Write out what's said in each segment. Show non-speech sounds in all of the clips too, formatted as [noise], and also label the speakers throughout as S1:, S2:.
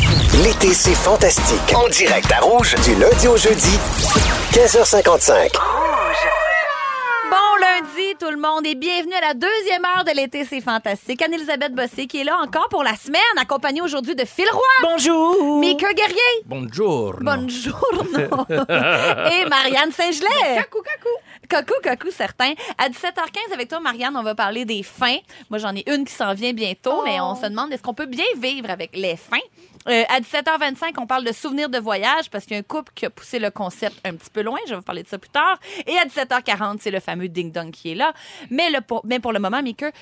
S1: écoutez C'est fantastique. En direct à Rouge du lundi au jeudi, 15h55.
S2: Bon lundi tout le monde et bienvenue à la deuxième heure de l'été, c'est fantastique. Anne-Elisabeth Bossé qui est là encore pour la semaine, accompagnée aujourd'hui de Phil Roy.
S3: Bonjour.
S2: Mika Guerrier.
S4: Bonjour. [laughs]
S2: Bonjour. et Marianne Saint-Gelais. Coucou, coucou. Coucou, coucou, certain. À 17h15 avec toi, Marianne, on va parler des fins. Moi, j'en ai une qui s'en vient bientôt, mais on se demande est-ce qu'on peut bien vivre avec les fins. Euh, à 17h25, on parle de souvenirs de voyage parce qu'il y a un couple qui a poussé le concept un petit peu loin. Je vais vous parler de ça plus tard. Et à 17h40, c'est le fameux ding-dong qui est là. Mais, le, pour- mais pour le moment, Mika,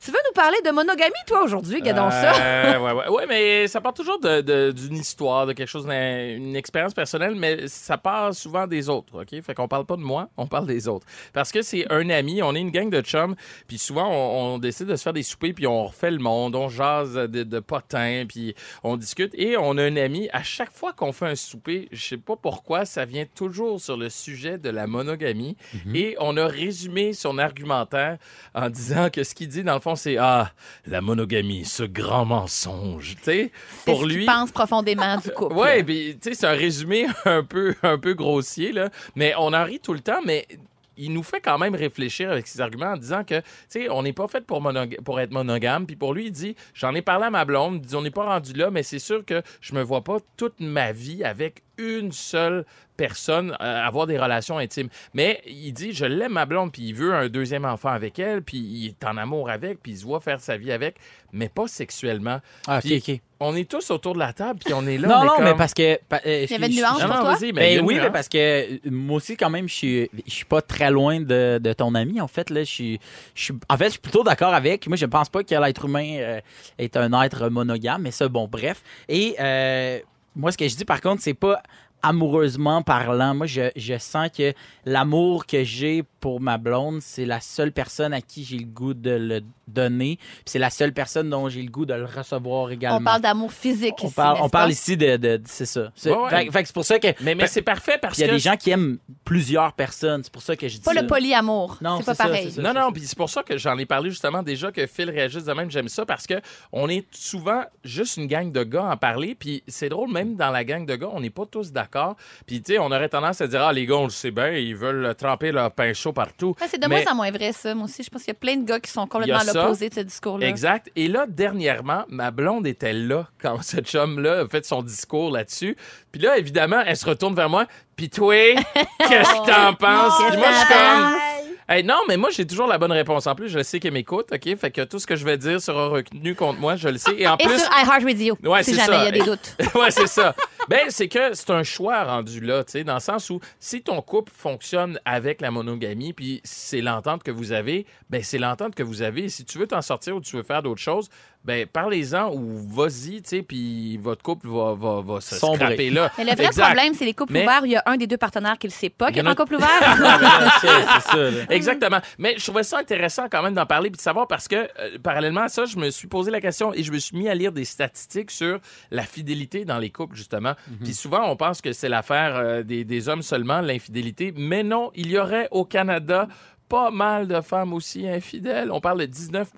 S2: tu veux nous parler de monogamie, toi, aujourd'hui? Gadon ça.
S4: Euh, ouais, ouais, ouais, mais ça part toujours de- de- d'une histoire, de quelque chose, d'un- une, expérience personnelle, mais ça part souvent des autres, OK? Fait qu'on parle pas de moi, on parle des autres. Parce que c'est un ami, on est une gang de chums, puis souvent, on, on décide de se faire des soupers, puis on refait le monde, on jase de, de potins, puis on discute, et on a un ami, à chaque fois qu'on fait un souper, je sais pas pourquoi, ça vient toujours sur le sujet de la monogamie,
S2: Mhm.
S4: et on a résumé son argumentaire en disant que ce qu'il dit, dans le fond, c'est « Ah, la monogamie, ce grand mensonge », tu sais,
S2: C'est
S4: pour
S2: ce qu'il
S4: lui...
S2: pense profondément du couple.
S4: Ouais, puis tu sais, c'est un résumé [laughs] un peu, un peu grossier, là. Mais on en rit tout le temps, mais il nous fait quand même réfléchir avec ses arguments en disant que, tu sais, on n'est pas fait pour, monog- pour être monogame. Puis pour lui, il dit, j'en ai parlé à ma blonde, il dit, on n'est pas rendu là, mais c'est sûr que je me vois pas toute ma vie avec une seule personne euh, avoir des relations intimes. Mais il dit, je l'aime ma blonde, puis il veut un deuxième enfant avec elle, puis il est en amour avec, puis il se voit faire sa vie avec, mais pas sexuellement.
S3: Ah, ok,
S4: Puis
S3: ok.
S4: On est tous autour de la table, puis on est là. on
S3: Non,
S4: est
S3: non,
S4: comme-
S3: mais parce que. pa- euh,
S2: Il y avait
S3: je-
S2: une
S3: je-
S2: nuance
S4: Non,
S2: pour
S4: non,
S2: toi?
S4: vas-y, mais il y a hein.
S3: Ben
S4: une
S3: oui, mais
S4: nuance.
S3: parce que euh, moi aussi, quand même, je suis, je suis pas très loin de, de ton ami, en fait. Là, je suis, je suis- en fait, je suis plutôt d'accord avec. Moi, je pense pas que l'être humain euh, est un être monogame, mais ça, bon, bref. Et euh, moi, ce que je dis, par contre, c'est pas amoureusement parlant. Moi, je, je sens que l'amour que j'ai pour ma blonde, c'est la seule personne à qui j'ai le goût de le donner. puis C'est la seule personne dont j'ai le goût de le recevoir également.
S2: On parle d'amour physique
S3: On
S2: ici,
S3: parle,
S2: n'est-ce
S3: on parle
S2: pas?
S3: ici de. de- de- c'est ça. C'est-
S4: Ouais, ouais.
S3: Fait, fait que c'est pour ça que.
S4: Mais, mais c'est parfait parce
S3: Il y a
S4: que.
S3: des gens qui aiment plusieurs personnes. C'est pour ça que je dis.
S2: Pas
S3: ça. [laughs]
S2: le polyamour.
S3: Non,
S2: c'est pas
S3: c'est ça,
S2: pareil.
S3: c'est ça.
S4: Non, non, puis c'est pour ça que j'en ai parlé justement déjà que Phil réagisse de même. J'aime ça parce que on est souvent juste une gang de gars à en parler. Puis c'est drôle, même dans la gang de gars, on n'est pas tous d'accord. Puis tu sais, on aurait tendance à dire Ah, les gars, on le sait bien, ils veulent tremper leur pain chaud partout.
S2: Ouais, c'est de
S4: Mais-
S2: moins en moins vrai, ça. Moi aussi, je pense qu'il y a plein de gars qui sont
S4: Il
S2: complètement
S4: y
S2: à
S4: a ça.
S2: l'opposé de ce discours-là.
S4: Exact. Et là, dernièrement, ma blonde était là [laughs] quand ce chum-là a fait son discours là-dessus. Puis là, évidemment, elle se retourne vers moi. Puis toi,
S2: [laughs]
S4: qu'est-ce que t'en penses? Puis moi, Ah, je suis comme. Hey, non, mais moi, j'ai toujours la bonne réponse. En plus, je sais qu'elle m'écoute, OK? Fait que tout ce que je vais dire sera retenu contre moi, je le sais. Et en
S2: Ah, Et
S4: plus.
S2: sur iHeartRadio,
S4: Ouais,
S2: si
S4: c'est
S2: jamais
S4: ça.
S2: il y a des doutes.
S4: [laughs] ouais, c'est ça. Ben, c'est que c'est un choix rendu là, tu sais, dans le sens où si ton couple fonctionne avec la monogamie, puis c'est l'entente que vous avez, ben c'est l'entente que vous avez. Si tu veux t'en sortir ou tu veux faire d'autres choses, ben parlez-en ou vas-y, tu sais, puis votre couple va, va, va se
S3: Sombrer.
S4: scraper là.
S2: Mais le vrai
S4: Exact.
S2: problème, c'est les couples
S4: Mais-
S2: ouverts. Il y a un des deux partenaires qui le sait pas, qui
S4: y
S2: est
S4: en a-
S2: en couple
S4: [laughs]
S2: ouvert.
S3: c'est ça, c'est ça, là.
S4: Exactement. Mais je trouvais ça intéressant quand même d'en parler puis de savoir parce que euh, parallèlement à ça, je me suis posé la question et je me suis mis à lire des statistiques sur la fidélité dans les couples justement. Puis souvent on pense que c'est l'affaire euh, des, des hommes seulement l'infidélité, mais non, il y aurait au Canada pas mal de femmes aussi infidèles. On parle de 19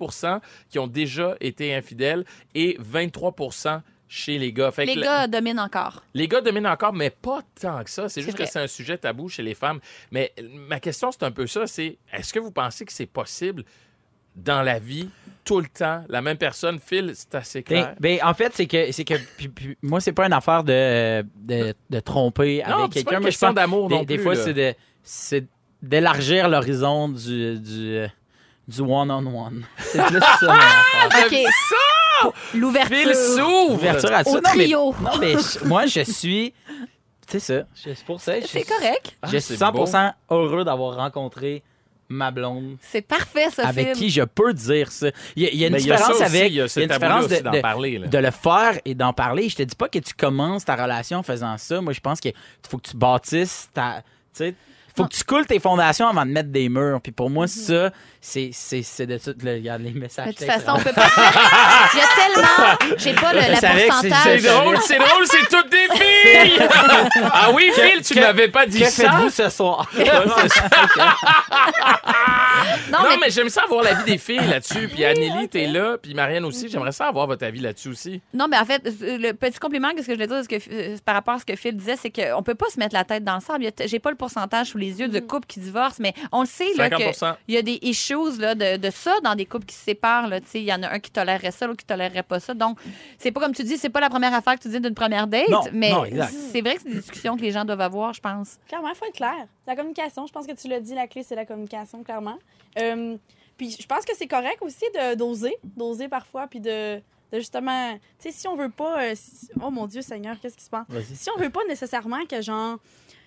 S4: qui ont déjà été infidèles et 23 chez les gars. Fait
S2: les
S4: que la-
S2: gars dominent encore.
S4: les gars dominent encore, mais pas tant que ça. C'est juste
S2: vrai.
S4: que c'est un sujet tabou chez les femmes. Mais ma question, c'est un peu ça, c'est est-ce que vous pensez que c'est possible dans la vie, tout le temps, la même personne, Phil, c'est assez clair?
S3: Ben, ben, en fait, c'est que, c'est que puis- puis moi, c'est pas une affaire de, de, de tromper
S4: Non,
S3: avec
S4: puis c'est pas
S3: quelqu'un.
S4: une
S3: mais je
S4: question
S3: pense-
S4: d'amour
S3: des,
S4: non
S3: des
S4: plus,
S3: fois,
S4: là.
S3: c'est de- c'est d'élargir l'horizon du, du, du one-on-one. C'est plus ça. mon affaire.
S2: OK.
S4: Phil
S2: L'ouverture.
S4: Ah, s'ouvre!
S3: Ouverture à
S2: Au
S3: ça.
S2: trio.
S3: Non, mais, non, mais je- moi, je suis. C'est ça. Je- C'est pour ça. je-
S2: C'est correct.
S4: Ah,
S3: Je
S4: c'est
S3: suis 100% heureux d'avoir rencontré ma blonde.
S2: C'est parfait, ça,
S3: avec
S2: Phil.
S3: qui je peux dire ça. Il y a, il y a une
S4: Mais il y a
S3: différence
S4: ça aussi,
S3: avec.
S4: il y a ce
S3: il y a une
S4: tabou-là
S3: différence
S4: aussi
S3: de,
S4: d'en
S3: de-
S4: parler, là.
S3: de le faire et d'en parler. Je te dis pas que tu commences ta relation en faisant ça. Moi, je pense qu'il faut que tu bâtisses ta. tu sais, Faut que tu coules tes fondations avant de mettre des murs. Puis pour moi, ça, c'est, c'est, c'est de ça. Là, Regarde les messages.
S2: Mm-hmm. De toute
S3: textes.
S2: façon, on peut pas. [laughs] Il y a tellement. J'ai pas le
S3: Je
S2: la
S3: savais que c'est-
S2: pourcentage.
S4: C'est drôle, c'est drôle, c'est toutes des filles!
S3: [laughs]
S4: ah oui, Phil, tu
S3: que-
S4: m'avais pas dit
S3: Que
S4: ça?
S3: faites-vous
S2: [laughs]
S3: ce soir?
S4: [laughs]
S2: Non,
S4: Non,
S2: mais,
S4: mais j'aime ça avoir l'avis des filles là-dessus. Puis Anneli, t'es là. Puis Marianne aussi. J'aimerais ça avoir votre avis là-dessus aussi.
S2: non, mais en fait, euh, le petit compliment que ce que je voulais dire ce que, euh, par rapport à ce que Phil disait, c'est qu'on peut pas se mettre la tête dans le sable. Il y a t- J'ai pas le pourcentage sous les yeux de couples qui divorcent, mais on le sait. Là, que
S4: 50%.
S2: il y a des issues là, de, de ça dans des couples qui se séparent. là, tu sais. Il y en a un qui tolérerait ça, l'autre qui tolérerait pas ça. Donc, c'est pas comme tu dis, c'est pas la première affaire que tu dis d'une première date,
S3: Non,
S2: mais
S3: non, exact.
S2: c'est vrai que c'est des discussions que les gens doivent avoir, je pense.
S5: Clairement, il faut être clair. La communication, je pense que tu l'as dit, la clé, c'est la communication, clairement. Euh, puis je pense que c'est correct aussi de d'oser, d'oser parfois, puis de, de justement... Tu sais, si on veut pas... euh, si- oh mon Dieu Seigneur, qu'est-ce qui se passe? si on veut pas nécessairement que genre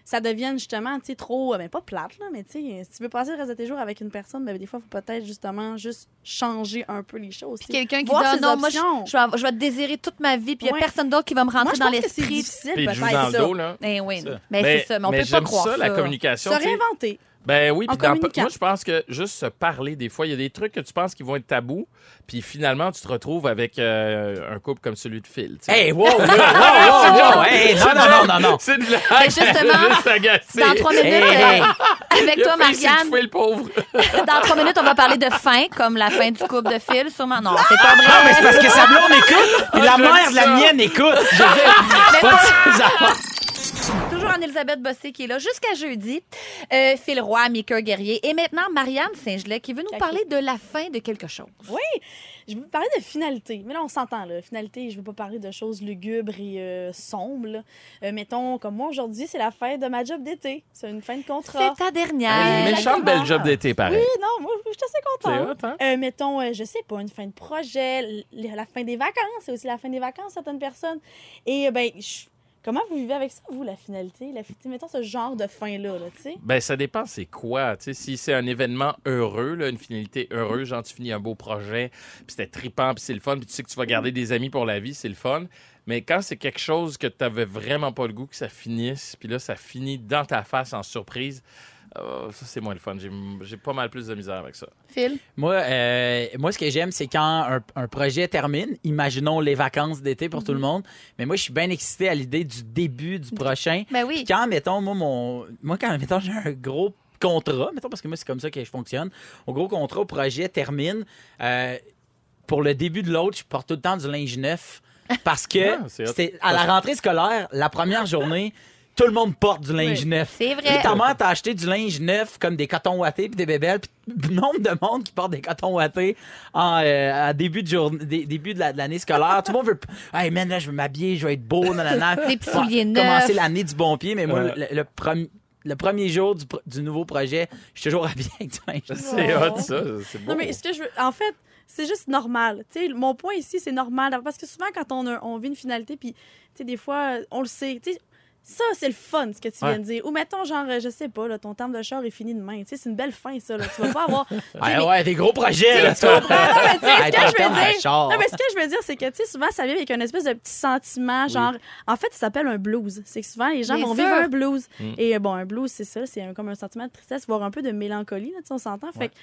S5: ça devienne justement tu sais trop euh, ben pas plate là mais tu sais euh, si tu veux passer le reste de tes jours avec une personne ben des fois faut peut-être justement juste changer un peu les choses tu sais.
S2: Quelqu'un qui dit
S5: Voir
S2: Ah
S5: ses
S2: non, moi, je,
S5: options.
S2: je vais, avoir- je vais te désirer toute ma vie, puis il y a
S5: Ouais.
S2: personne d'autre qui va me
S5: moi
S2: rentrer
S5: je
S2: dans
S5: pense que c'est
S2: l'esprit.
S5: difficile
S4: Puis il
S5: peut-être
S4: joue dans le
S5: ça
S4: dos, là.
S2: Eh oui,
S3: Ça.
S2: ben, c'est ça, mais on peut pas
S4: j'aime
S2: croire ça. hein?
S4: ça, la
S5: se
S4: communication. tu sais.
S5: réinventer
S4: Ben oui,
S5: En
S4: puis dans-
S5: communiquant.
S4: moi je pense que juste se parler des fois, il y a des trucs que tu penses qui vont être tabous, puis finalement tu te retrouves avec euh, un couple comme celui de Phil. tu sais. [laughs]
S3: Hey, wow, wow, wow, wow, wow, hey, non, non, non, non, non.
S4: C'est de la
S2: Mais Ben,
S4: [laughs]
S2: justement,
S4: juste agacé.
S2: Dans trois minutes,
S3: Hey, hey, hey.
S2: euh, avec
S4: Il a
S2: toi,
S4: fait, c'est de
S2: Marianne,
S4: Phil, le pauvre.
S2: dans trois minutes, on va parler de fin, comme la fin du couple de Phil, sûrement. Non, c'est pas vrai.
S3: Non, mais c'est parce que sa blonde écoute, puis la
S4: j'aime
S3: mère de la
S4: ça.
S3: mienne écoute. Je veux dire, [laughs] c'est pas de ses affaires.
S2: Toujours en Elisabeth Bossé qui est là jusqu'à jeudi. Euh, Phil Roy, Mika Guerrier. Et maintenant, Marianne Saint-Gelais qui veut nous
S5: Cacou.
S2: parler de la fin de quelque chose.
S5: oui je veux parler de finalité mais là on s'entend là finalité je veux pas parler de choses lugubres et euh, sombres là. Euh, mettons comme moi aujourd'hui c'est la fin de ma job d'été c'est une fin de contrat
S2: C'est ta dernière.
S4: Une méchante belle job d'été,
S5: oui
S4: pareil.
S5: non moi je suis assez
S4: C'est
S5: contente
S4: hot, hein?
S5: Euh, mettons, euh, je sais pas, une fin de projet, l- la fin des vacances, c'est aussi la fin des vacances, certaines personnes. Et euh, ben, je- comment vous vivez avec ça, vous, la finalité? La, fi- mettons ce genre de fin-là, là, tu sais?
S4: Ben, ça dépend, c'est quoi. Tu sais, si c'est un événement heureux, là, une finalité heureuse, genre tu finis un beau projet, puis c'était trippant, puis c'est le fun, puis tu sais que tu vas garder des amis pour la vie, c'est le fun. Mais quand c'est quelque chose que tu avais vraiment pas le goût que ça finisse, puis là, ça finit dans ta face en surprise, euh, ça, c'est moins le fun. J'ai- J'ai pas mal plus de misère avec ça.
S5: Oh.
S2: Phil.
S3: Moi, euh, moi, ce que j'aime, c'est quand un, un projet termine, imaginons les vacances d'été pour tout le monde, mais moi, je suis bien excité à l'idée du début du prochain.
S2: Ben
S3: Puis
S2: oui.
S3: quand, mettons, moi, mon... moi quand, mettons, j'ai un gros contrat, mettons, parce que moi, c'est comme ça que je fonctionne, au gros contrat, au projet termine, euh, pour le début de l'autre, je porte tout le temps du linge neuf. Parce que
S4: [laughs] Ah, c'est hot.
S3: c'était à la rentrée scolaire, la première journée, tout le monde porte du linge
S5: Oui,
S3: neuf.
S2: c'est vrai.
S3: Puis ta mère t'a acheté du linge neuf, comme des cotons ouatés puis des bébelles. Puis [laughs] nombre de monde qui porte des cotons ouatés en, euh, à début de, journée, dé- début de la- de l'année scolaire. Tout le monde veut. Hey man, là, je veux m'habiller, je veux être beau,
S2: [laughs]
S3: nanana.
S2: Des petits
S3: Ouais,
S2: souliers neufs.
S3: Commencer l'année du bon pied, mais moi,
S4: Ouais.
S3: le, le premi- le premier jour du, pro- du nouveau projet, je suis toujours [laughs] habillé avec du linge.
S4: C'est hot, ça. C'est beau.
S5: Non, mais ce que je veux. En fait, c'est juste normal. Tu sais, mon point ici, c'est normal. Parce que souvent, quand on, a- on vit une finalité, puis, tu sais, des fois, euh, on le sait. Tu sais, ça, c'est le fun, ce que tu viens
S3: Ouais.
S5: de dire. Ou mettons, genre, euh, je sais pas, là, ton terme de char est fini demain. Tu sais, c'est une belle fin, ça. Là. Tu vas pas
S4: [laughs]
S5: avoir.
S4: Ah,
S5: tu sais,
S3: Ouais,
S5: des-
S3: ouais, des gros projets, là,
S5: Tu comprends? Non, mais tu sais,
S3: Hey,
S5: ce que je
S3: t'entends,
S5: veux dire.
S3: Richard.
S5: Non, mais ce que je veux dire, c'est que, tu sais, souvent, ça vient avec un espèce de petit sentiment, genre, en fait, ça s'appelle un blues. C'est que souvent, les gens
S2: Bien
S5: vont
S2: sûr.
S5: vivre un blues.
S4: Mm.
S5: Et euh, bon, un blues, c'est ça, c'est un- comme un sentiment de tristesse, voire un peu de mélancolie, là, tu sais, on s'entend. Fait que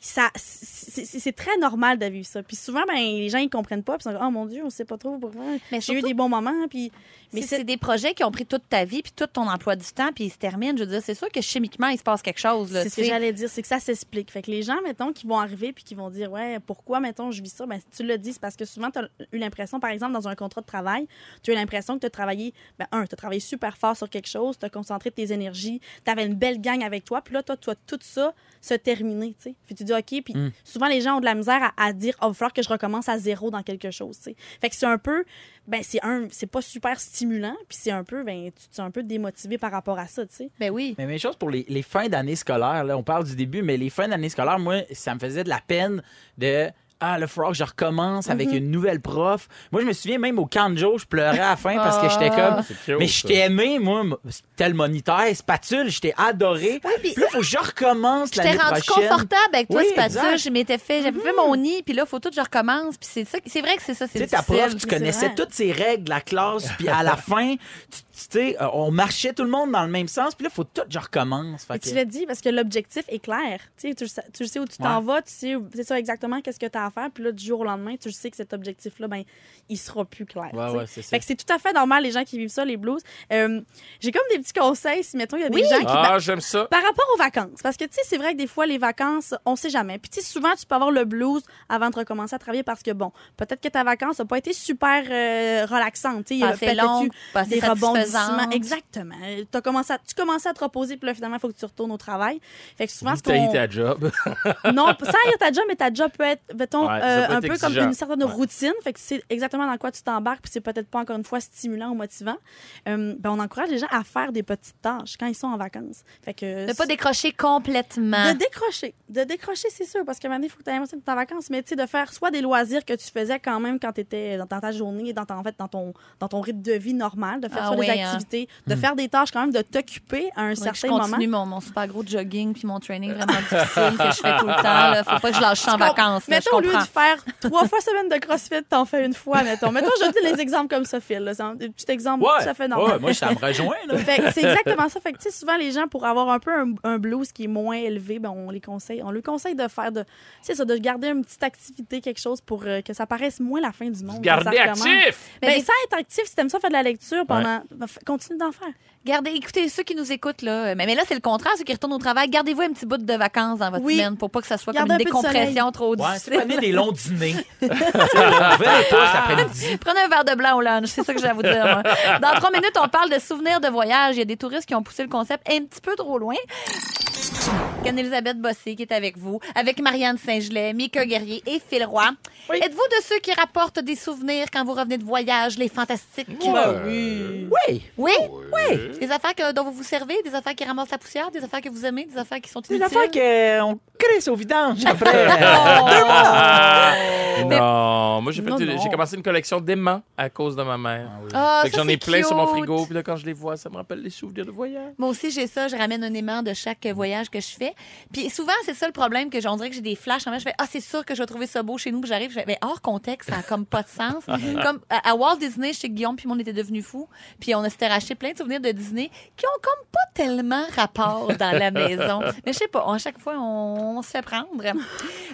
S5: ça, c'est c'est- c'est très normal de vivre ça. Puis souvent, ben, les gens, ils comprennent pas, puis ils sont comme, oh mon Dieu, on sait pas trop pourquoi.
S2: Mais
S5: J'ai eu
S2: surtout-
S5: des bons moments, puis.
S2: Mais
S5: Mais
S2: c'est
S5: c'est.
S2: des projets qui ont pris toute ta vie, puis tout ton emploi du temps, puis ils se terminent. Je veux dire, c'est sûr que chimiquement, il se passe quelque chose. Là,
S5: C'est ce que
S2: tu sais.
S5: j'allais dire, c'est que ça s'explique. Fait que les gens, mettons, qui vont arriver puis qui vont dire, ouais, pourquoi, mettons, je vis ça, ben, si tu le dis, c'est parce que souvent, tu as eu l'impression, par exemple, dans un contrat de travail, tu as eu l'impression que tu as travaillé, ben, un, tu as travaillé super fort sur quelque chose, tu as concentré tes énergies, tu avais une belle gang avec toi, puis là, toi, tu as tout ça se terminer, tu sais. Puis tu dis, OK, puis
S3: Mm.
S5: souvent, les gens ont de la misère à, à dire, oh, il va falloir que je recommence à zéro dans quelque chose, tu sais. Fait que c'est un peu, ben, c'est un, c'est pas super stimulant, puis c'est un peu, ben, tu tu es un peu démotivé par rapport à ça, tu sais.
S2: Ben oui.
S3: Mais même chose pour les, les fins d'année scolaire. Là. On parle du début, mais les fins d'année scolaire, moi, ça me faisait de la peine de. ah, le frog, je recommence avec une nouvelle prof. Moi, je me souviens même au Kanjo, je pleurais à la fin parce que j'étais comme.
S4: C'est cute,
S3: Mais
S4: ça.
S3: je t'ai aimé, moi, m- tel moniteur, spatule, je t'ai adoré.
S2: puis-
S3: Puis là, faut que je recommence
S2: Je t'ai
S3: l'année
S2: rendu
S3: prochaine.
S2: confortable avec toi,
S3: Oui,
S2: c'est pas ça.
S3: exact.
S2: Je m'étais fait, j'avais fait mon nid, puis là, faut tout que je recommence. Puis c'est ça, c'est vrai que c'est ça,
S3: Tu
S2: c'est
S3: sais, ta
S2: difficile.
S3: prof, tu
S5: mais c'est
S3: connaissais
S5: vrai.
S3: toutes ses règles, de la classe, puis à la fin, tu tu sais, euh, on marchait tout le monde dans le même sens, puis là, faut tout que je recommence. Fait
S5: Mais
S3: que-
S5: tu l'as dit parce que l'objectif est clair. Tu sais, tu, le sais- tu le sais où tu t'en vas, tu sais, où- c'est ça exactement qu'est-ce que tu as à faire. Puis là, du jour au lendemain, tu le sais que cet objectif-là, ben, il sera plus clair.
S3: Ouais,
S5: tu sais.
S3: ouais, c'est ça.
S5: fait que c'est tout à fait normal, les gens qui vivent ça, les blues. Euh, J'ai comme des petits conseils, si mettons, il y a des gens qui.
S4: Ah, j'aime ça.
S5: Par rapport aux vacances, parce que tu sais, c'est vrai que des fois, les vacances, on sait jamais. Puis tu sais, souvent, tu peux avoir le blues avant de recommencer à travailler parce que bon, peut-être que ta vacance n'a pas été super euh, relaxante. Tu sais, il y a
S2: Pas assez
S5: peut-être
S2: longue,
S5: eu
S2: pas assez
S5: des rebondissements.
S2: satisfaisante.
S5: Exactement. Euh, t'as commencé à- tu commences à te reposer, puis là, finalement, il faut que tu retournes au travail. Fait que souvent,
S4: Vous
S5: ce qu'on.
S4: taillez ta
S5: [laughs]
S4: job.
S5: Non, sans haïr ta job, mais ta job peut être, mettons,
S4: Ouais, ça
S5: euh,
S4: peut
S5: un
S4: être
S5: peu
S4: exigeant.
S5: comme une certaine
S4: Ouais.
S5: routine. Fait que tu sais exactement dans quoi tu t'embarques, puis c'est peut-être pas encore une fois stimulant ou motivant. Euh, ben, on encourage les gens à faire des petites tâches quand ils sont en vacances. Fait que.
S2: Ne pas décrocher complètement.
S5: De décrocher. De décrocher, c'est sûr, parce que maintenant, il faut que tu aies l'impression de ta vacances, mais tu sais, de faire soit des loisirs que tu faisais quand même quand tu étais dans, dans ta journée, dans ta- en fait, dans ton, dans ton rythme de vie normal, de faire
S2: Ah
S5: soit
S2: oui,
S5: des
S2: hein.
S5: activités, de
S3: Hmm.
S5: faire des tâches quand même, de t'occuper à un
S2: Faudrait que
S5: certain
S2: je
S5: moment.
S2: continue mon, mon super gros jogging puis mon training vraiment difficile que je fais tout le temps. Là. Faut pas que je lâche ça en
S5: Tu com-
S2: vacances. là,
S5: Mettons, au
S2: je
S5: lieu de
S2: comprends.
S5: faire trois fois semaine de CrossFit, t'en fais une fois, mettons. Mettons, je te dis les exemples comme ça, Phil. là. C'est un petit exemple tout à fait normal.
S3: ouais, moi, ça me rejoint,
S5: [laughs]
S3: là.
S5: Fait que c'est exactement ça. Fait que, tu sais, souvent, les gens, pour avoir un peu un, un blues qui est moins élevé, ben, on les conseille. On leur conseille de faire de. C'est ça, de garder une petite activité, quelque chose pour euh, que ça paraisse moins la fin du monde.
S4: Gardez
S5: quand ça recommence.
S4: actif!
S5: Ben,
S2: Mais des-
S5: ça, être actif, si t'aimes ça, faire de la lecture pendant. ben, f- Continue d'en faire.
S2: Gardez, écoutez, ceux qui nous écoutent, là, euh, mais, mais là, c'est le contraire, ceux qui retournent au travail, gardez-vous un petit bout de vacances dans votre
S5: Oui.
S2: semaine pour pas que ça soit
S5: Gardez
S2: comme une
S5: un peu de
S2: décompression trop
S3: Ouais, c'est
S2: difficile.
S3: pas né des longs dîners. Tu sais, là, on fait des pauses après-midi.
S2: Prenez un verre de blanc au lunch, c'est ça que j'ai à vous dire. moi. Dans trois minutes, on parle de souvenirs de voyage. Il y a des touristes qui ont poussé le concept un petit peu trop loin. Anne-Elisabeth Bossé qui est avec vous, avec Marianne Saint-Gelais, Mika Guerrier et Phil Roy. Êtes-vous de ceux qui rapportent des souvenirs quand vous revenez de voyage, les fantastiques?
S3: Oui.
S2: Ah, Oui? Oui. Des affaires que- dont vous vous servez, des affaires qui ramassent la poussière, des affaires que vous aimez, des affaires qui sont
S3: C'est
S2: inutiles.
S3: une affaire qu'on crisse au vidange après.
S4: Non, moi j'ai fait-
S5: Non,
S4: j'ai
S5: non.
S4: commencé une collection d'aimants à cause de ma mère.
S2: Ah,
S4: Fait que
S2: ça,
S4: j'en ai
S2: c'est
S4: plein sur mon
S2: cute.
S4: frigo, puis là quand je les vois, ça me rappelle les souvenirs de voyage.
S2: Moi aussi, j'ai ça. Je ramène un aimant de chaque euh, voyage que je fais. Puis souvent, c'est ça le problème que j'en dirais que j'ai des flashs. En même, je fais Ah, c'est sûr que je vais trouver ça beau chez nous. Puis j'arrive, je fais, mais hors contexte, ça n'a comme pas de sens. comme à, à Walt Disney, chez Guillaume, puis moi, on était devenus fous. Puis on s'était racheté plein de souvenirs de Disney qui ont comme pas tellement rapport dans la maison. Mais je sais pas, à chaque fois, on, on se fait prendre.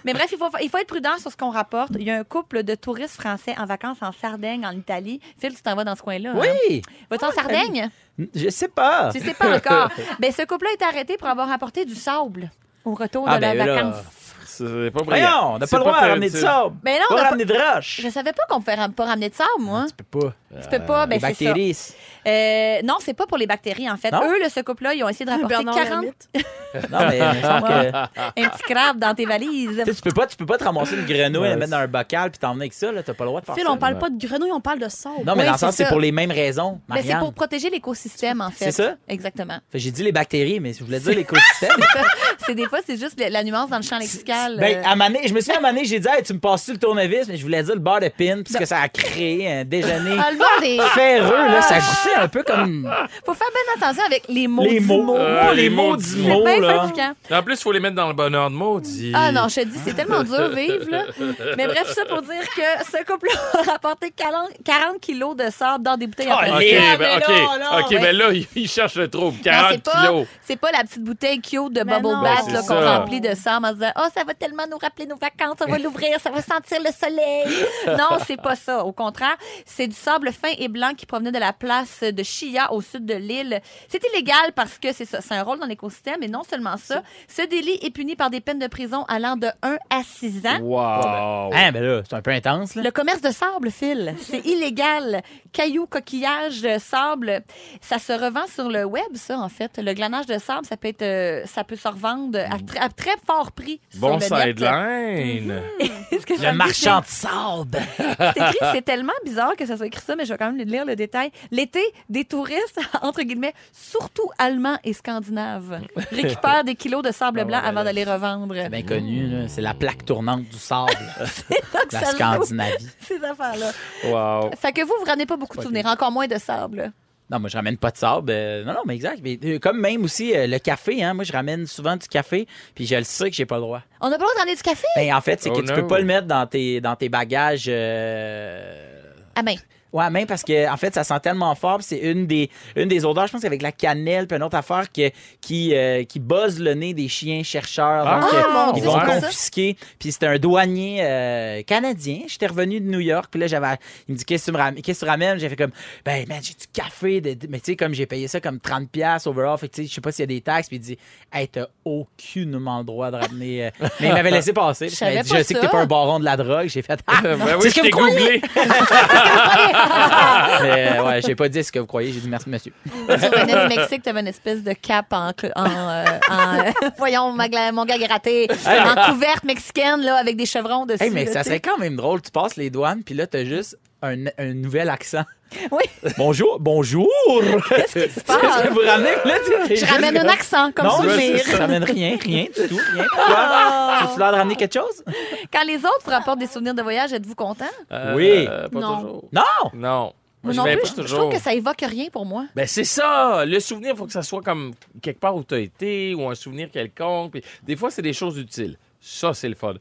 S2: Mais bref, il faut, il faut être prudent sur ce qu'on rapporte. Il y a un couple de touristes français en vacances en Sardaigne, en Italie. Phil, tu t'en vas dans ce coin-là. hein?
S3: Oui.
S2: Vas-tu en Sardaigne?
S3: Je sais [laughs] pas.
S2: Tu sais pas encore. Ben, ce couple-là est arrêté pour avoir apporté du sable au retour
S3: Ah,
S2: de
S3: ben
S2: leurs vacances.
S4: C'est pas brillant.
S3: Voyons, on n'a
S4: C'est
S3: pas le droit de
S4: fait-
S3: ramener de
S4: c'est-
S3: sable.
S2: Ben non, on
S3: pas
S2: a pas-
S3: ramener de roche.
S2: Je savais pas qu'on pouvait ram- pas ramener de sable, moi.
S3: Tu peux pas.
S2: Tu peux pas, ben
S3: Ah, Les
S2: c'est ça.
S3: bactéries.
S2: Euh, non, c'est pas pour les bactéries, en fait.
S3: Non?
S2: Eux, là, ce couple-là, ils ont essayé de rapporter
S5: Bernard
S2: 40
S5: Lhermitte.
S3: Non, mais il me semble que-
S2: un petit crabe dans tes valises. Ben,
S3: Tu sais, tu peux pas, tu peux pas te ramasser une grenouille,
S4: Ouais,
S3: la mettre dans un bocal puis t'emmener avec ça, là, t'as pas le droit de faire
S5: Phil,
S3: ça.
S5: on parle pas de grenouilles, on parle de sable.
S3: Non, mais
S2: Oui,
S3: dans le sens,
S2: c'est
S3: c'est
S2: ça.
S3: pour les mêmes raisons.
S2: Ben, c'est
S3: Marianne.
S2: pour protéger l'écosystème, en fait.
S3: C'est ça?
S2: Exactement. [laughs]
S3: Fait, J'ai dit les bactéries, mais je voulais dire l'écosystème.
S2: c'est des fois, c'est juste la, la nuance dans le champ lexical.
S3: ben,
S2: euh.
S3: à Mané, je me suis à Mané, j'ai dit, Hey, tu me passes-tu le tournevis, mais je voulais dire le bar de pin, puisque ça a créé un déjeuner
S2: Ah, le monde est-
S3: [laughs] ferreux, là, ça goûtait un peu comme
S2: Faut faire bien attention avec les mots.
S3: les
S2: dits.
S3: mots.
S4: Euh,
S3: les
S4: les
S3: mots
S4: maudits
S3: du
S2: C'est
S3: mot,
S2: bien
S3: là.
S2: fatigant.
S4: En plus, il faut les mettre dans le bonheur de maudit.
S2: Ah non, je te dis, c'est tellement dur vivre,
S4: [laughs]
S2: là. Mais bref, ça pour dire que ce couple-là [laughs] a rapporté 40 40 kilos de sable dans des bouteilles à
S4: Ah,
S2: plastique.
S4: OK,
S3: Ah,
S4: ben,
S3: mais
S4: OK,
S3: non, non,
S4: OK,
S2: ouais.
S4: ben là, [laughs] il cherche le trouble.
S2: Non,
S4: 40
S2: c'est pas,
S4: kilos.
S2: c'est pas la petite bouteille cute de
S5: Mais
S2: Bubble
S5: non.
S2: Bath
S4: Ben,
S2: là,
S4: c'est
S2: qu'on
S4: ça.
S2: remplit de sable en se disant « Oh, ça va tellement nous rappeler nos vacances, on va l'ouvrir, ça va sentir le soleil. »
S4: [laughs]
S2: Non, c'est pas ça. Au contraire, c'est du sable fin et blanc qui provenait de la place de Chia au sud de l'île. C'est illégal parce que c'est ça, c'est un rôle dans l'écosystème et non seulement ça, ce délit est puni par des peines de prison allant de 1 à 6 ans.
S4: Wow.
S3: Hein, ben là, c'est un peu intense, là.
S2: Le commerce de sable, Phil, c'est illégal. Cailloux, coquillages, euh, sable, ça se revend sur le web, ça, en fait. Le Mhm. glanage de sable, ça peut être, euh, ça peut se revendre à, tr- à très fort prix
S4: Bon hein? mon
S2: vedette.
S4: sideline.
S2: Est-ce que ça me
S3: Le
S2: dit-
S3: marchand de sable.
S2: C'est écrit, c'est tellement bizarre que ça soit écrit ça, mais je vais quand même lire le détail. L'été, des touristes, [laughs] entre guillemets, surtout allemands et scandinaves, récupèrent des kilos de sable blanc avant d'aller revendre.
S3: C'est bien connu, là. c'est la plaque tournante du
S2: [laughs]
S3: sable. la
S2: ça joue.
S3: Scandinavie.
S2: Ces affaires-là.
S4: Wow.
S2: Fait que vous, vous ramenez pas beaucoup de souvenirs, encore moins de sable.
S3: Non, moi, je ramène pas de sable. Euh, non, non, mais exact. Mais, euh, comme même aussi euh, le café, hein, moi, je ramène souvent du café, puis je le sais que j'ai pas le droit.
S2: On n'a pas le droit d'emmener du café?
S3: Ben, en fait, c'est
S4: Oh
S3: que tu peux
S4: no.
S3: pas le mettre dans tes, dans tes bagages. euh,
S2: Ah ben, [laughs]
S3: Ouais, même parce que en fait, ça sent tellement fort, puis c'est une des une des odeurs, je pense qu'avec la cannelle, puis une autre affaire que, qui euh, qui buzz le nez des chiens chercheurs.
S4: Ah,
S3: Donc,
S2: mon
S3: euh, ils
S2: Dieu,
S3: vont
S2: c'est ça.
S3: confisquer. Puis c'était un douanier euh, canadien. J'étais revenu de New York, puis là j'avais il me dit qu'est-ce que tu me ramènes, qu'est-ce que tu ramènes J'ai fait comme ben man, j'ai du café de- de- mais tu sais comme j'ai payé ça comme 30 pièces overall, fait que tu sais je sais pas s'il y a des taxes, puis il dit "Hey, t'as aucunement le droit de
S2: [laughs]
S3: ramener euh. mais il m'avait laissé passer.
S2: Je
S3: Il
S2: savais
S3: m'a dit,
S2: pas
S3: je sais que
S2: ça.
S3: t'es pas un baron de la drogue,
S2: [laughs]
S3: j'ai fait ah,
S4: Ben
S3: c'est
S4: oui,
S3: ce que
S4: je
S3: vous
S4: t'ai
S3: croyez.
S4: googlé.
S3: Mais, euh, ouais, j'ai pas dit ce que vous croyez, j'ai dit merci monsieur.
S2: tu venais du Mexique, t'avais une espèce de cape en... cl- en, euh, en, euh, [laughs] voyons, ma gla- mon gars est raté.
S4: ah.
S2: en couverte mexicaine, là, avec des chevrons dessus.
S3: Hey, mais
S2: là,
S3: ça
S2: tu
S3: serait quand même drôle, tu passes les douanes puis là t'as juste un, un nouvel accent.
S2: Oui.
S3: Bonjour, bonjour. Qu'est-ce
S2: sais. Qu'est-ce qui se
S4: [laughs]
S2: passe?
S3: que vous ramenez là tu- t'es
S2: Je
S3: juste
S2: ramène un
S3: comme-
S2: accent comme
S3: non,
S2: souvenir.
S3: je ramène rien, rien du tout, rien.
S2: Ah!
S3: Pourquoi? Tu veux leur ramener quelque chose
S2: Quand les autres vous rapportent des souvenirs de voyage, êtes-vous content?
S3: Oui.
S4: euh, pas
S2: Non.
S4: toujours.
S3: Non.
S4: Non. Moi, je
S2: non
S4: vais
S2: plus,
S4: pas
S2: je, je
S4: toujours.
S2: trouve que ça évoque rien pour moi.
S4: Ben c'est ça! Le souvenir, il faut que ça soit comme quelque part où tu as été ou un souvenir quelconque. Puis des fois, c'est des choses utiles. Ça, c'est le fun.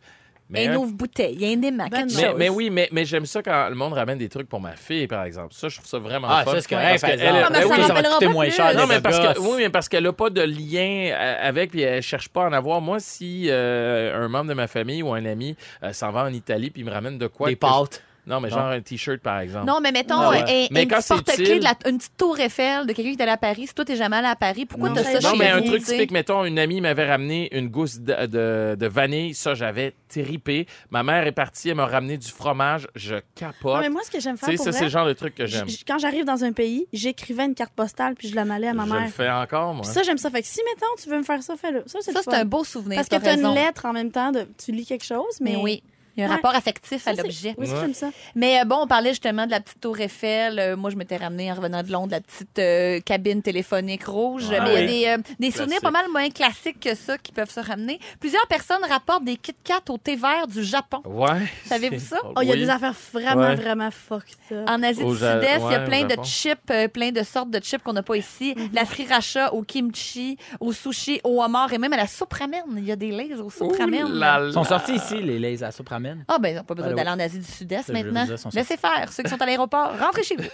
S4: Mais,
S2: un
S4: un-
S2: ouvre-bouteille, un démac,
S5: Ben
S2: quelque
S5: non.
S4: mais,
S2: chose.
S4: mais oui, mais, mais j'aime ça quand le monde ramène des trucs pour ma fille, par exemple. Ça, je trouve ça vraiment
S3: Ah,
S4: fun. Parce que elle-
S2: exemple.
S4: ben
S2: Ah, ça
S4: oui,
S2: rappelle
S3: va
S2: rappellera
S3: coûter
S2: pas
S3: moins
S2: plus.
S3: cher.
S4: Non,
S3: les
S4: mais parce que,
S3: gosses.
S4: oui, mais parce qu'elle n'a pas de lien euh, avec, puis elle cherche pas à en avoir. Moi, si euh, un membre de ma famille ou un ami euh, s'en va en Italie puis il me ramène de quoi?
S3: Des
S4: que je-
S3: pâtes. Ah.
S4: Non, mais genre un T-shirt, par exemple.
S2: Non, mais mettons,
S4: Ah ouais.
S2: euh, un-
S4: Mais
S2: une
S4: quand
S2: petite
S4: c'est
S2: porte-clés,
S4: utile-
S2: de la- une petite tour Eiffel de quelqu'un qui est allé à Paris. Si toi, t'es jamais allé à Paris, pourquoi
S5: Non,
S2: t'as
S5: mais-
S2: ça
S4: Non,
S2: chez
S4: mais un
S2: vous,
S4: truc
S2: tu sais?
S4: typique, mettons, une amie m'avait ramené une gousse de, de- de vanille. Ça, j'avais tripé. Ma mère est partie, elle m'a ramené du fromage. Je
S5: Non,
S4: capote.
S5: mais moi, ce que j'aime
S4: tu
S5: faire
S4: sais,
S5: pour
S4: ça,
S5: vrai,
S4: c'est le genre de truc que j'aime.
S5: j- quand j'arrive dans un pays, j'écrivais une carte postale puis je la m'allais à
S4: Je
S5: ma
S4: le
S5: mère.
S4: fais encore, moi.
S5: Puis ça, j'aime ça. Fait que si, mettons, tu veux me faire ça, fais-le. Ça, c'est
S2: Ça,
S5: le
S2: c'est
S5: fun.
S2: un beau souvenir.
S5: Parce que
S2: t'as
S5: t'as une
S2: raison.
S5: lettre en même temps, de, tu lis quelque chose, mais.
S2: Mais oui. Il y a un
S5: Ouais.
S2: rapport affectif
S5: Ça,
S2: à
S5: c'est-
S2: l'objet.
S5: Oui, ça,
S4: Ouais.
S5: j'aime ça.
S2: Mais euh, bon, on parlait justement de la petite tour Eiffel. Euh, moi, je m'étais ramenée en revenant de Londres, la petite euh, cabine téléphonique rouge.
S4: Ah
S2: Mais il
S4: oui.
S2: y a des, euh, des souvenirs
S4: Classique.
S2: pas mal moins classiques que ça qui peuvent se ramener. Plusieurs personnes rapportent des Kit Kat au thé vert du Japon.
S4: Ouais.
S2: Savez-vous
S4: [laughs]
S2: ça?
S5: Oh, il y a
S4: Oui.
S5: des affaires vraiment,
S4: Ouais.
S5: vraiment fucked
S3: Ah.
S5: up.
S2: En Asie
S4: Au
S2: du
S4: Ja-
S2: Sud-Est, il y a
S4: ouais, au
S2: plein de
S4: Japon.
S2: chips, euh, plein de sortes de chips qu'on n'a pas ici. La sriracha, au kimchi, au sushi, au homard et même à la soupe ramen. Il y a des lays au soupe ramen.
S4: Ouh là là.
S3: Ils sont sortis ici les les à soupe ramen.
S2: Ah ben, ils n'ont pas besoin
S3: Allô?
S2: d'aller en Asie du Sud-Est
S3: Ça, je vais
S2: maintenant.
S3: vous dire, sont sortis.
S2: Laissez faire. Ceux qui sont à l'aéroport, rentrez chez vous.
S3: [laughs]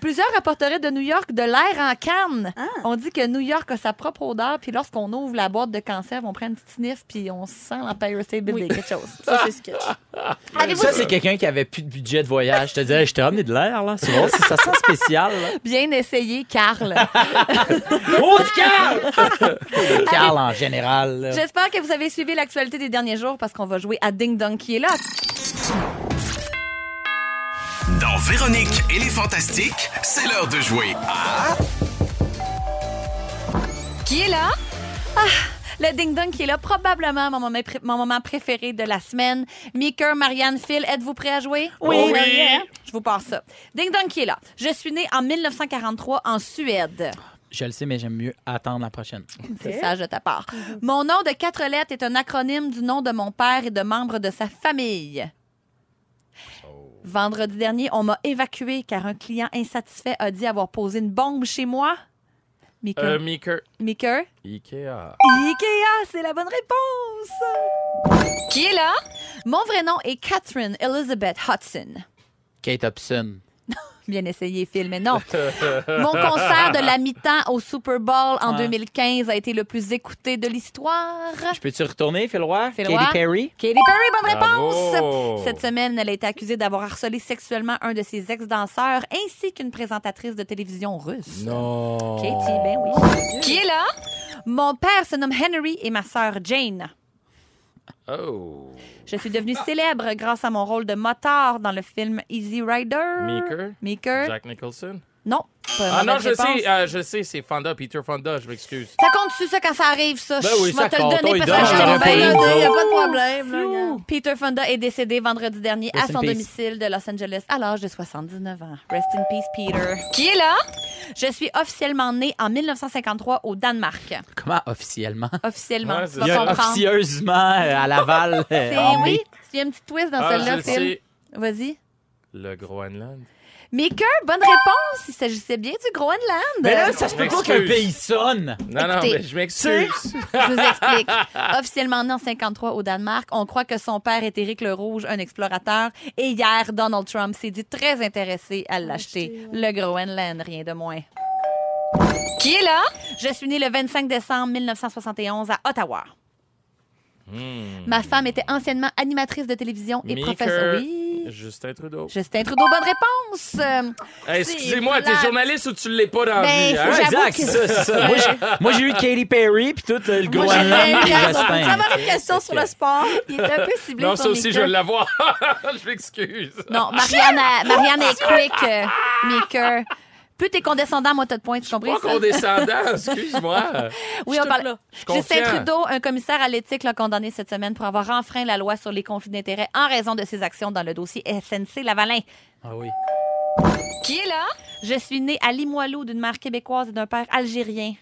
S2: Plusieurs rapporteraient de New York de l'air en canne. On dit que New York a sa propre odeur, puis lorsqu'on ouvre la boîte de conserve, on prend une petite sniff, puis on sent l'Empire State Building,
S5: Oui.
S2: quelque
S5: [laughs]
S2: chose.
S5: Ça, c'est sketch.
S3: Ah.
S2: Avez-vous
S3: Ça, c'est quelqu'un qui avait plus de budget de voyage. Je te disais, je t'ai ramené de l'air, là. C'est bon, ça sent spécial, là.
S2: bien essayé, Carl?
S3: Oh, Carl! [laughs] Carl, en général, là.
S2: J'espère que vous avez suivi l'actualité des derniers jours parce qu'on va jouer à Ding Dong qui est là.
S1: Dans Véronique et les Fantastiques, c'est l'heure de jouer à
S2: Qui est là? Ah, le Ding Dong qui est là, probablement mon moment, pré- mon moment préféré de la semaine. Mika, Marianne, Phil, êtes-vous prêts à jouer? Oh,
S5: Oui. Oui.
S2: Je vous passe ça. Ding Dong qui est là. Je suis née en 1943 en Suède.
S3: Je le sais, mais j'aime mieux attendre la prochaine.
S2: C'est sage de ta part.
S5: Mhm.
S2: Mon nom de quatre lettres est un acronyme du nom de mon père et de membres de sa famille.
S5: Oh.
S2: Vendredi dernier, on m'a évacué car un client insatisfait a dit avoir posé une bombe chez moi. Mika,
S4: Euh, Meeker.
S2: Mika,
S4: Ikea.
S2: Ikea, c'est la bonne réponse. Qui est là? Mon vrai nom est Catherine Elizabeth Hudson.
S3: Kate Hobson.
S2: Bien essayé, Phil, mais [laughs] non. Mon concert de la mi-temps au Super Bowl en
S3: Ouais.
S2: 2015 a été le plus écouté de l'histoire.
S3: Je peux-tu retourner, Phil Roy?
S2: Phil
S3: Katy
S2: Roy?
S3: Perry?
S2: Katy Perry, bonne réponse!
S4: Bravo.
S2: Cette semaine, elle a été accusée d'avoir harcelé sexuellement un de ses ex-danseurs ainsi qu'une présentatrice de télévision russe.
S4: Non.
S2: Katy, ben oui. Qui est là? Mon père se nomme Henry et ma sœur Jane.
S4: Oh.
S2: Je suis devenue célèbre grâce à mon rôle de motard dans le film Easy Rider.
S4: Meeker.
S2: Meeker.
S4: Jack Nicholson.
S2: Non. pas
S4: Ah non,
S2: mauvaise
S4: je
S2: réponse.
S4: sais, euh, je sais, c'est Fonda, Peter Fonda, je m'excuse.
S2: Ça compte-tu, ça, quand ça arrive, ça?
S3: Ben oui,
S2: je
S3: ça
S2: vais te le
S3: compte.
S2: donner
S3: On y
S2: parce que
S3: donne,
S2: j'aurais
S3: j'aurais
S2: pas
S3: pas eu.
S2: aidé.
S5: Il n'y a pas de problème. là, regarde.
S2: Peter Fonda est décédé vendredi dernier
S3: Rest
S2: à
S3: in
S2: son
S3: peace.
S2: domicile de Los Angeles à l'âge de 79 ans. Rest in peace, Peter.
S6: Qui est là?
S2: Je suis officiellement née en 1953 au Danemark.
S3: Comment officiellement?
S2: Officiellement,
S4: Ouais,
S2: tu
S4: c'est
S2: vas
S4: ça.
S2: comprendre.
S3: Officieusement euh,
S2: [laughs]
S3: à Laval. euh,
S2: C'est-
S3: en
S2: oui,
S3: mai.
S2: tu as un petit twist dans
S4: Ah, je
S2: celle-là,
S4: le
S2: Phil.
S4: sais,
S2: Vas-y.
S4: le Groenland.
S2: Mais que bonne réponse. Il s'agissait bien du Groenland.
S3: Mais là, ça se peut pas
S4: Excuse.
S3: qu'un pays sonne.
S4: Non, non,
S2: Écoutez,
S4: mais je m'excuse.
S2: Je vous explique. Officiellement né en 53 au Danemark, on croit que son père est Éric le Rouge, un explorateur. Et hier, Donald Trump s'est dit très intéressé à l'acheter. Le Groenland, rien de moins.
S6: Qui est là?
S2: Je suis née le 25 décembre 1971 à Ottawa.
S4: Hmm.
S2: Ma femme était anciennement animatrice de télévision et
S4: Meeker.
S2: professeure. Oui.
S4: Justin Trudeau.
S2: Justin Trudeau, bonne réponse. Euh,
S4: Hey, Excusez-moi,
S2: plate.
S4: t'es journaliste ou tu l'es pas dans la
S2: Ben,
S4: vie?
S2: faut
S4: hein?
S2: jamais- J'avoue
S3: Exact,
S2: que-
S3: c'est ça, c'est ça. Moi, j'ai- Moi, j'ai eu Katy Perry, puis tout
S2: Moi,
S3: euh, le
S2: j'ai
S3: Groenland,
S2: eu
S3: puis
S2: Katy
S5: Ça
S3: Justin.
S5: va être une question sur le sport.
S2: il est un peu ciblé
S4: Non,
S2: sur
S4: ça aussi, je
S2: Meeker.
S4: vais l'avoir. [laughs] je m'excuse.
S2: Non, Marianne, a- Marianne est quick, euh, Meeker. Plus t'es condescendant, moi t'as de points, tu comprends?
S4: Pas
S2: ça? [laughs]
S4: condescendant, excuse-moi.
S2: Oui, on
S5: suis
S2: parle.
S5: toute là.
S4: Je suis
S2: Justin
S4: conscient.
S2: Trudeau, un commissaire à l'éthique, l'a condamné cette semaine pour avoir enfreint la loi sur les conflits d'intérêts en raison de ses actions dans le dossier SNC Lavalin.
S3: Ah oui.
S6: Qui est là?
S2: Je suis née à Limoilou d'une mère québécoise et d'un père algérien.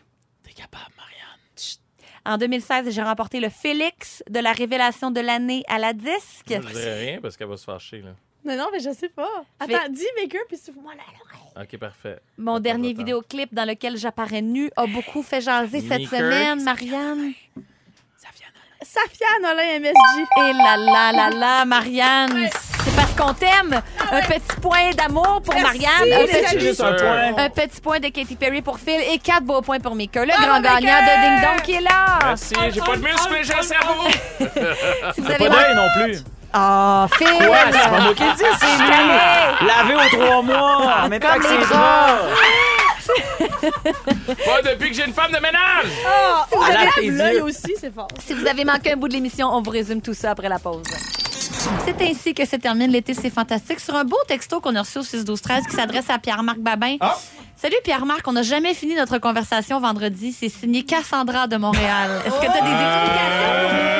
S3: T'es capable, Marianne.
S2: En 2016, j'ai remporté le Félix de la révélation de l'année à la disque.
S4: Je dirais rien parce qu'elle va se fâcher. Là.
S5: Mais non, mais je sais pas. Attends, dis Maker, puis souffle-moi là.
S4: OK, parfait.
S2: Mon
S4: Attends,
S2: dernier
S4: attends.
S2: vidéoclip dans lequel j'apparais nue a beaucoup fait jaser cette
S4: Meeker.
S2: semaine, Marianne.
S5: Safia Nolin MSG.
S2: Et là là là là, Marianne, c'est parce qu'on t'aime. Un petit point d'amour pour Marianne. Un
S5: Ah les
S2: petit,
S5: amis.
S3: Juste un point.
S2: un petit point de Katy Perry pour Phil et quatre beaux points pour Mika, le grand
S5: Mika!
S2: gagnant de Ding Dong qui est là.
S4: Merci, j'ai pas de muscle, mais j'ai un cerveau.
S2: Si vous
S3: T'as
S2: avez
S3: pas d'œil non plus.
S2: Ah, Phil.
S3: Ouais, c'est pas moi qui le dis, c'est lui. Lavé aux trois mois, en même temps que
S2: les
S3: ses
S2: bras.
S3: bras.
S4: Pas depuis que j'ai une femme de ménage.
S5: Ah, oh,
S3: Elle a
S5: j'avais
S3: tes
S5: l'œil
S3: yeux.
S5: aussi, c'est fort.
S2: Si vous avez manqué un bout de l'émission, on vous résume tout ça après la pause. C'est ainsi que se termine l'été, c'est fantastique. Sur un beau texto qu'on a reçu au 6 12 13 qui s'adresse à Pierre-Marc Babin. Salut Pierre-Marc, on n'a jamais fini notre conversation vendredi. C'est signé Cassandra de Montréal. Est-ce que tu as des explications?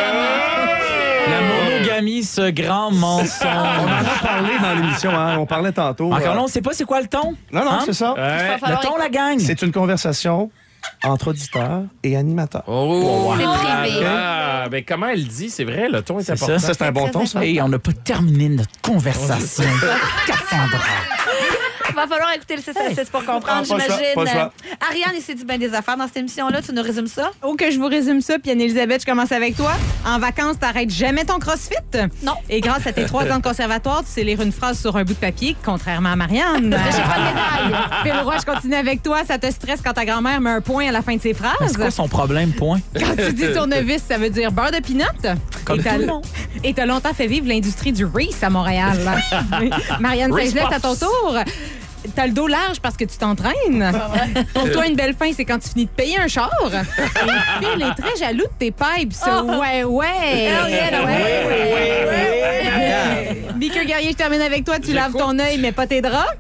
S7: La mono-
S3: Monogamie, ce grand mensonge.
S7: On en a parlé dans l'émission, hein, on parlait tantôt.
S3: Encore
S7: Euh,
S3: là, on sait pas c'est quoi le ton.
S7: Non, non,
S3: Hein?
S7: c'est ça.
S4: Ouais.
S2: falloir
S3: Le ton, la gang.
S7: C'est une conversation entre auditeurs et animateurs.
S4: Oh,
S2: C'est
S4: voilà.
S2: privé.
S4: Ah, ben, comment elle dit, c'est vrai, le ton est,
S3: C'est
S4: important.
S7: Ça, c'est un bon ton, ça.
S3: Et on n'a pas terminé notre
S7: [laughs]
S3: conversation. Cassandra.
S2: va falloir écouter le 6 à 6 pour
S7: Ah,
S2: comprendre,
S7: pas le choix,
S2: j'imagine.
S7: pas le choix.
S2: Euh, Ariane, il s'est dit bien des affaires dans cette émission-là. Tu nous résumes ça?
S8: Oh, que je vous résume ça, puis Anne-Elisabeth, je commence avec toi. En vacances, t'arrêtes jamais ton crossfit.
S2: Non.
S8: Et grâce à tes trois ans de conservatoire, tu sais lire une phrase sur un bout de papier, contrairement à Marianne.
S2: J'ai pas de médaille.
S8: Phil Roy, je continue avec toi. Ça te stresse quand ta grand-mère met un point à la fin de ses
S3: C'est quoi
S8: phrases.
S3: son problème, point?
S8: Quand
S3: [laughs]
S8: tu dis tournevis, ça veut dire beurre de pinot.
S3: Comme
S8: et
S3: tout
S8: t'as-
S3: le monde.
S8: Et t'as longtemps fait vivre l'industrie du race à Montréal. [laughs] Marianne
S3: Reese
S8: Saint-Gelais, à
S3: Puffs.
S8: ton tour. T'as le dos large parce que tu t'entraînes. Pour toi, une belle fin, c'est quand tu finis de payer un char. Et Phil est très jaloux de tes pipes.
S3: Ah.
S8: Ouais, ouais. Mika Guerrier, je termine avec toi. Tu laves ton œil, mais pas tes draps.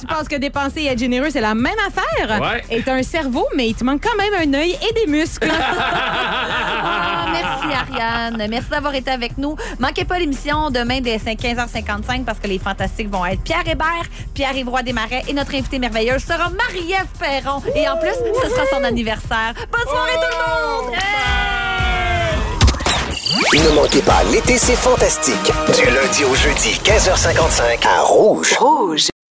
S8: tu penses que dépenser et être généreux, c'est la même affaire.
S4: Ouais.
S8: Et t'as un cerveau, mais il te manque quand même un œil et des muscles.
S2: Ah, merci Ariane. Merci d'avoir été avec nous. Manquez pas l'émission demain dès 5- 15h55 parce que les fantastiques vont être Pierre Hébert, Pierre Évroy Desmarais et notre invitée merveilleuse sera Marie-Ève Perron. Et en plus, ce sera son anniversaire. Bonne soirée tout le monde!
S7: Oh!
S1: Ne manquez pas, l'été, c'est fantastique. Du lundi au jeudi, 15h55, à Rouge.
S6: Rouge.